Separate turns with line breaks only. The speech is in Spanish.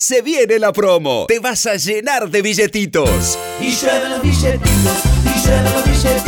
Se viene la promo. Te vas a llenar de billetitos.
Y llena los billetitos, y llena los billetitos.